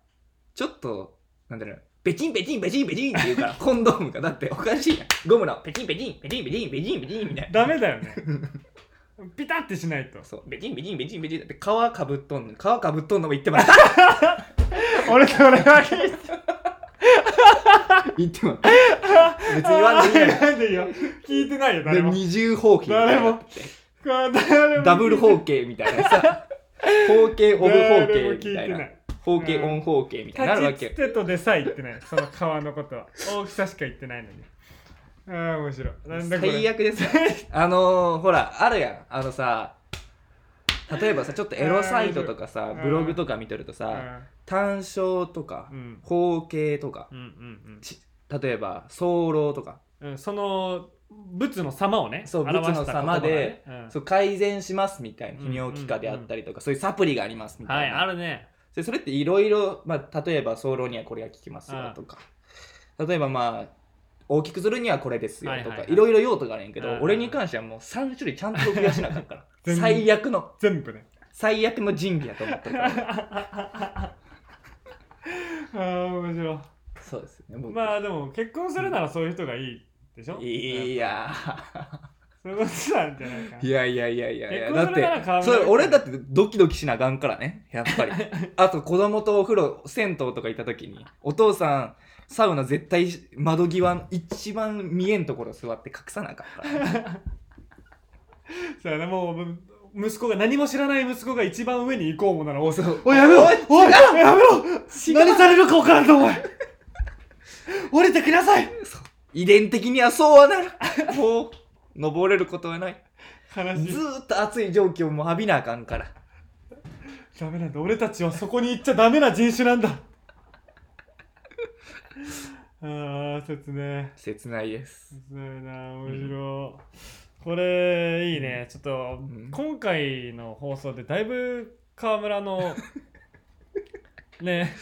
Speaker 4: ちょっとなんていうのベチンベチンベチンベチンって
Speaker 5: [laughs]
Speaker 4: 言うからコンドームがだっておかしいやんゴムのペチンペチンペチンペチンペチンペチンみたいな
Speaker 5: ダメだよねピタってしないと
Speaker 4: そうベチンベチンベチンベチンだって皮かぶっとんの皮かぶっとんのも言っ
Speaker 5: [laughs]
Speaker 4: てました
Speaker 5: 俺それは聞いて
Speaker 4: 言ってました別に言わんでいいやん
Speaker 5: なんでいいよ聞いてないよ誰
Speaker 4: で
Speaker 5: も
Speaker 4: 二重方形みたいなのがあって
Speaker 5: 誰も
Speaker 4: ダブル方形みたいなさ方形オブ方
Speaker 5: 誰も聞い
Speaker 4: 形
Speaker 5: て
Speaker 4: み
Speaker 5: な
Speaker 4: たいない方形
Speaker 5: うん
Speaker 4: オン方形みたいになるわ
Speaker 5: 立
Speaker 4: け
Speaker 5: ち
Speaker 4: よ
Speaker 5: つてとでさえ言ってないその川のことは大きさしか言ってないのにああ面白いなんだこれ
Speaker 4: 最
Speaker 5: 悪
Speaker 4: 悪ですよあのー、ほらあるやんあのさ例えばさちょっとエロサイトとかさ
Speaker 5: うん
Speaker 4: ブログとか見てるとさ単勝とか
Speaker 5: うん
Speaker 4: 方形とか
Speaker 5: うんうん
Speaker 4: ち例えば早漏とか
Speaker 5: うんうんその仏の様をね
Speaker 4: そう
Speaker 5: 表した
Speaker 4: 仏の様で
Speaker 5: 言葉がねうん
Speaker 4: そう改善しますみたいな泌尿器科であったりとかそういうサプリがありますみた
Speaker 5: はいいあ
Speaker 4: な
Speaker 5: るね
Speaker 4: でそれっていろいろまあ例えば早漏にはこれが効きますよとか例えばまあ大きくするにはこれですよ
Speaker 5: は
Speaker 4: と
Speaker 5: いはい
Speaker 4: か
Speaker 5: はい
Speaker 4: いろいろ用途があるんやけ
Speaker 5: うんうん
Speaker 4: ど
Speaker 5: うん
Speaker 4: 俺に関してはもう3種類ちゃんと増やしなかったから
Speaker 5: [laughs] 全部
Speaker 4: 最悪の
Speaker 5: 全部ね
Speaker 4: 最悪の仁義やと思ってるか
Speaker 5: あ
Speaker 4: ら
Speaker 5: あ面白い
Speaker 4: [laughs] そうですね僕、
Speaker 5: まあでも結婚するならそういう人がいいでしょ
Speaker 4: いや
Speaker 5: そういうことなんじゃないか
Speaker 4: ーいやいやいやいやいや
Speaker 5: 結
Speaker 4: だ
Speaker 5: 婚
Speaker 4: っ
Speaker 5: するなら
Speaker 4: て
Speaker 5: 川村
Speaker 4: それ俺だってドキドキしなあかんからねやっ [laughs] ぱりあと子供とお風呂銭湯とか行った時にお父さんサウナ絶対窓際の一 [laughs] 番見えんところ座って隠さなあかんから、
Speaker 5: そうやねもう息子が何も知らない息子が一番上に行こうもなら押す
Speaker 6: おいやめろ
Speaker 4: おい
Speaker 6: おいやめろ何されるか分からん
Speaker 5: [laughs]
Speaker 6: ぞお前降りてきなさい
Speaker 4: 遺伝的にはそうはなるもう登れることはない
Speaker 6: 悲し
Speaker 4: ず
Speaker 6: い
Speaker 4: ーっと熱い蒸気をもう浴びなあかんから
Speaker 6: ダメなんだ俺たちはそこに行っちゃダメな人種なんだあー説明
Speaker 4: 切ないです
Speaker 6: 説明な面
Speaker 5: ん
Speaker 6: 白
Speaker 5: これいいねちょっと、
Speaker 4: ん
Speaker 5: 今回の放送でだいぶ川村 [laughs] のね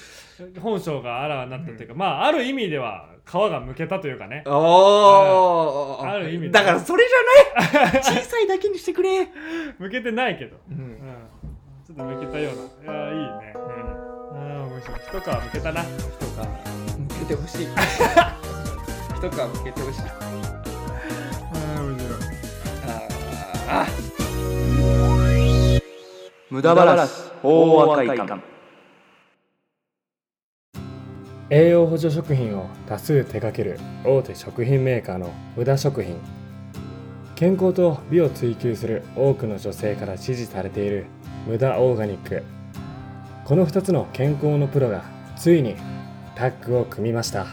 Speaker 5: 本性があらわになったというか、まあある意味では皮がむけたというかね
Speaker 4: おー
Speaker 5: ある意味
Speaker 4: だからそれじ [laughs] ゃない小さいだけにしてくれ、
Speaker 5: むけてないけど、う
Speaker 4: う、
Speaker 5: んん、ちょっとむけたようないやいいね、うん、ああ面白い一皮むけたな
Speaker 4: 人が向けてほ [laughs] しい人が向けてほしい
Speaker 5: あ面白い
Speaker 4: あー
Speaker 2: 無駄話大赤い感
Speaker 7: 栄養補助食品を多数手掛ける大手食品メーカーの無駄食品健康と美を追求する多くの女性から支持されている無駄オーガニックこの2つの健康のプロがついにタッグを組みました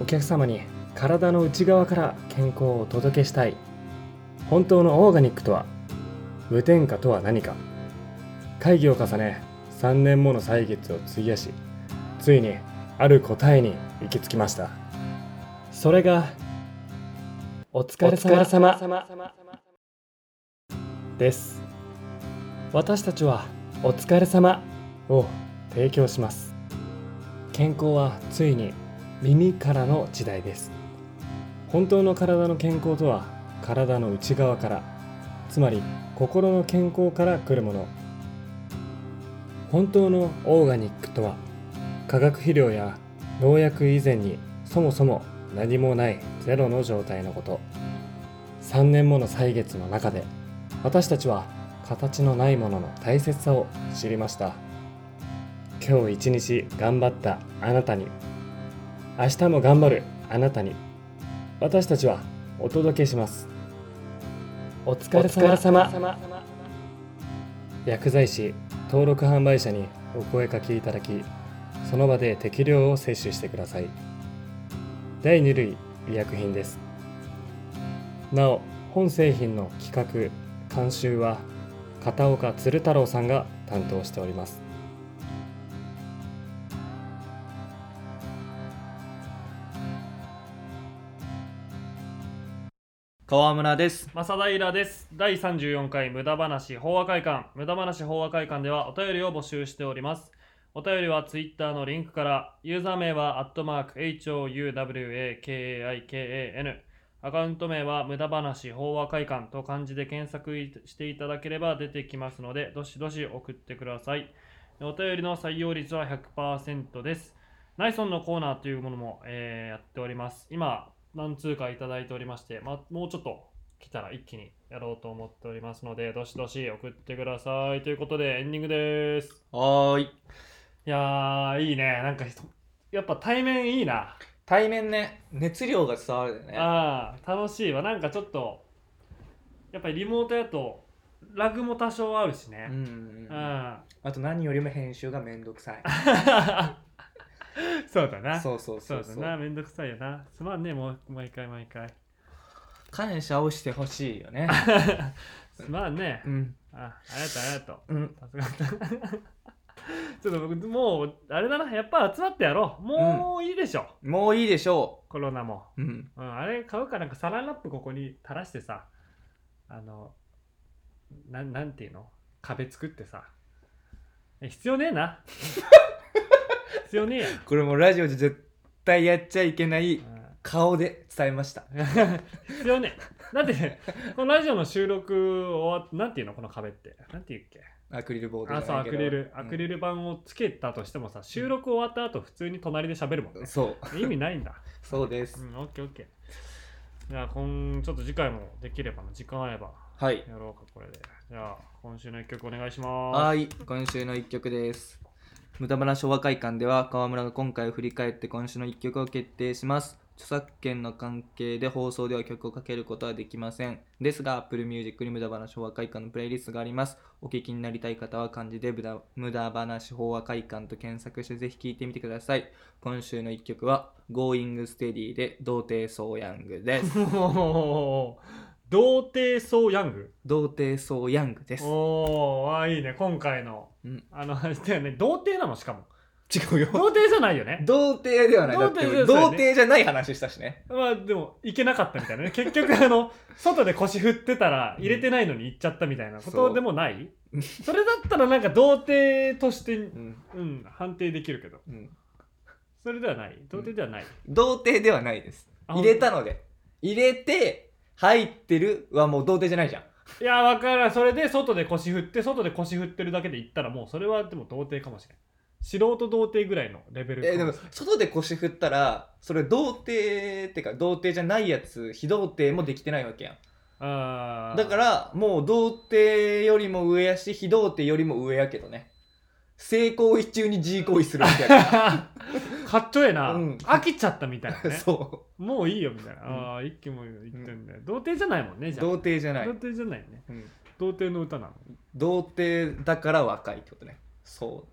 Speaker 7: お客様に体の内側から健康をお届けしたい本当のオーガニックとは無添加とは何か会議を重ね3年もの歳月を費やしついにある答えに行き着きましたそれがお疲れ様です私たちは「お疲れ様を提供します健康はついに耳からの時代です本当の体の健康とは体の内側からつまり心の健康から来るもの本当のオーガニックとは化学肥料や農薬以前にそもそも何もないゼロの状態のこと3年もの歳月の中で私たちは形のないものの大切さを知りました今日一日頑張ったあなたに明日も頑張るあなたに私たちはお届けしますお疲れ様薬剤師登録販売者にお声かけいただきその場で適量を摂取してください第2類医薬品ですなお本製品の企画監修は片岡鶴太郎さんが担当しております
Speaker 6: 川村です
Speaker 5: 正平です第34回無駄話法話会館無駄話法話会館ではお便りを募集しておりますお便りは Twitter のリンクからユーザー名はアットマーク HOUWAKAIKAN アカウント名は無駄話法話会館と漢字で検索していただければ出てきますのでどしどし送ってくださいお便りの採用率は100%ですナイソンのコーナーというものも、えーやっております今何通かいただいておりまして、まあ、もうちょっと来たら一気にやろうと思っておりますので、どしどし送ってください。ということで、エンディングです。
Speaker 4: はーい
Speaker 5: いやー、いいね。なんか人、やっぱ対面いいな。
Speaker 4: 対面ね熱量が伝わるよね
Speaker 5: あー、楽しいわ。なんかちょっと、やっぱりリモートやと、ラグも多少あるし
Speaker 4: う
Speaker 5: ね。
Speaker 4: ん
Speaker 5: うん。
Speaker 4: あと何よりも編集がめんどくさい
Speaker 5: そうだな。そう
Speaker 4: [laughs] そうそうそうそう
Speaker 5: だな。めんどくさいよな。すまんね、もう、毎回毎回。
Speaker 4: 感謝をしてほしいよ [laughs] ね
Speaker 5: すまんね。
Speaker 4: うん
Speaker 5: あ、ありがとう、ありがとう。
Speaker 4: うん
Speaker 5: さすがだ [laughs] ちょっと僕もうあれだなやっぱ集まってやろうもういいでしょ、
Speaker 4: もういいでしょ
Speaker 5: コロナも、
Speaker 4: ううん
Speaker 5: うん、あれ買うかなんかサランラップここに垂らしてさあのなんなんていうの壁作ってさえ必要ねえな [laughs] 必要ねえや、
Speaker 4: これもうラジオで絶対やっちゃいけない顔で伝えました
Speaker 5: うん [laughs] 必要ねえだってこのラジオの収録終わっなんていうのこの壁ってなんていうっけ
Speaker 4: アクリルボード
Speaker 5: あそうアクリルアクリ
Speaker 4: ル、
Speaker 5: ル板をつけたとしてもさ収録終わった後普通に隣で喋るもん
Speaker 4: う
Speaker 5: ね
Speaker 4: ん、そう
Speaker 5: 意味ないんだ。
Speaker 4: そうで
Speaker 5: う
Speaker 4: す
Speaker 5: ん、オッケーオッケー。じゃあ、今、ちょっと次回もできればな、時間あれば
Speaker 4: はい
Speaker 5: やろうか、これで。じゃあ、今週の一曲お願いします。
Speaker 4: はい今週の一曲です無駄話昭和会館では河村が今回を振り返って今週の一曲を決定します著作権の関係で放送では曲をかけることはできませんですが Apple Music に無駄話法話会館のプレイリストがありますお聞きになりたい方は漢字で無駄無駄話法話会館と検索してぜひ聴いてみてください今週の1曲は Going Steady で童貞ソーヤング
Speaker 5: [laughs]
Speaker 4: です
Speaker 5: おー [laughs] 童貞層ヤング
Speaker 4: 童貞ソーヤングです
Speaker 5: おーあいいね今回の、
Speaker 4: うん
Speaker 5: あのあれだよね童貞なのしかも
Speaker 4: 違うよ
Speaker 5: 童貞じゃないよね
Speaker 4: 童貞ではないだって
Speaker 5: 童貞ですよね
Speaker 4: 童貞じゃない話したしね
Speaker 5: まあでも行けなかったみたいな
Speaker 4: [laughs]
Speaker 5: ね結局あの外で腰振ってたら入れてないのに行っちゃったみたいなこ
Speaker 4: そ
Speaker 5: と
Speaker 4: う
Speaker 5: でもないそれだったらなんか童貞として、うん、判定できるけど
Speaker 4: うん
Speaker 5: それではない童貞ではない、
Speaker 4: 童貞ではないです
Speaker 5: あ
Speaker 4: 入れたので入れて入ってるはもう童貞じゃないじゃ
Speaker 5: い
Speaker 4: ん
Speaker 5: やわからんそれで外で腰振って外で腰振ってるだけで行ったらもうそれはでも童貞かもしれん素人童貞ぐらいのレベル
Speaker 4: えーで
Speaker 5: かも
Speaker 4: も
Speaker 5: しれん
Speaker 4: 外で腰振ったらそれ童貞ってか童貞じゃないやつ非童貞もできてないわけやん
Speaker 5: あー
Speaker 4: だからもう童貞よりも上やし非童貞よりも上やけどね性行為中に自行為するわけやか
Speaker 5: かっちょええな、
Speaker 4: うん
Speaker 5: 飽きちゃったみたいな [laughs] ね
Speaker 4: ら [laughs] そ
Speaker 5: もういいよみたいな、ああ一気も言ってんだよ、童貞じゃないもんね
Speaker 4: う
Speaker 5: じゃあ
Speaker 4: 童貞じゃない
Speaker 5: 童貞じゃないね、
Speaker 4: うん
Speaker 5: 童貞の歌なの
Speaker 4: 童貞だから若いってことねそ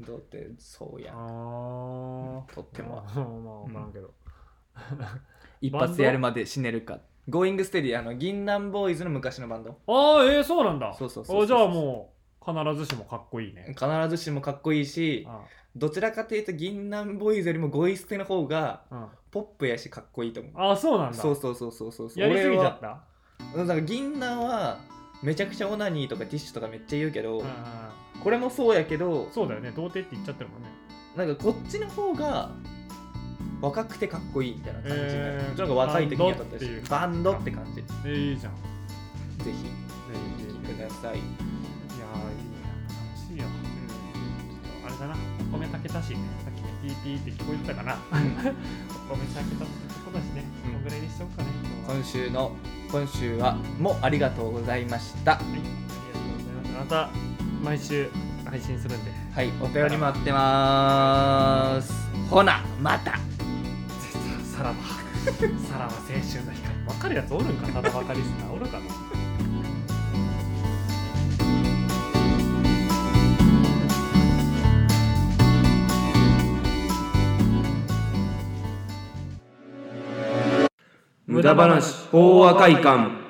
Speaker 4: う童貞そうや
Speaker 5: ああ
Speaker 4: とっても
Speaker 5: まあまあ分からんけど、
Speaker 4: 一
Speaker 5: バン
Speaker 4: 発
Speaker 5: ド
Speaker 4: やるまで死ねるか「Going Steady」あの銀杏ボーイズの昔のバンド
Speaker 5: ああええそうなんだ
Speaker 4: そうそうそうそう
Speaker 5: あじゃあもう必ずしもかっこいいね、
Speaker 4: 必ずしもかっこいいし
Speaker 5: あ
Speaker 4: どちらかというと銀杏ボーイズよりもゴイステの方が
Speaker 5: あうん
Speaker 4: ポップやしかっこいいと思う
Speaker 5: ああそうなんだ
Speaker 4: そうそうそうそうそうそう
Speaker 5: やりすぎちゃっ
Speaker 4: 俺
Speaker 5: た
Speaker 4: はうんなんか銀杏はめちゃくちゃオナニーとかティッシュとかめっちゃ言うけど、
Speaker 5: うんうん
Speaker 4: これもそうやけど
Speaker 5: そうだよね童貞って言っちゃってるもんね
Speaker 4: なんかこっちの方が若くてかっこいいみたいな感じになる、
Speaker 5: えー
Speaker 4: なんか若い時にやったし
Speaker 5: バ
Speaker 4: バ
Speaker 5: ン
Speaker 4: ン
Speaker 5: ド
Speaker 4: ド
Speaker 5: っ
Speaker 4: ってて感じぜ
Speaker 5: えーいいじゃんい
Speaker 4: ひお聴きくださ
Speaker 5: やー
Speaker 4: い、
Speaker 5: いいね楽しいよあれだなお米炊けたしさっきねピーピーって聞こえてたかなお米炊けたってとこだしね
Speaker 4: うん
Speaker 5: こんぐらいにしとくかね今日は
Speaker 4: 今週の今週はもありがとうございました
Speaker 5: はい、ありがとうございます。また毎週配信するんで。
Speaker 4: はいお便り待ってますほなまた
Speaker 5: さらば、さらば青春の光。わかるやつおるんかな、ただわかりすな、おるかな。
Speaker 8: 無駄話、法話会館。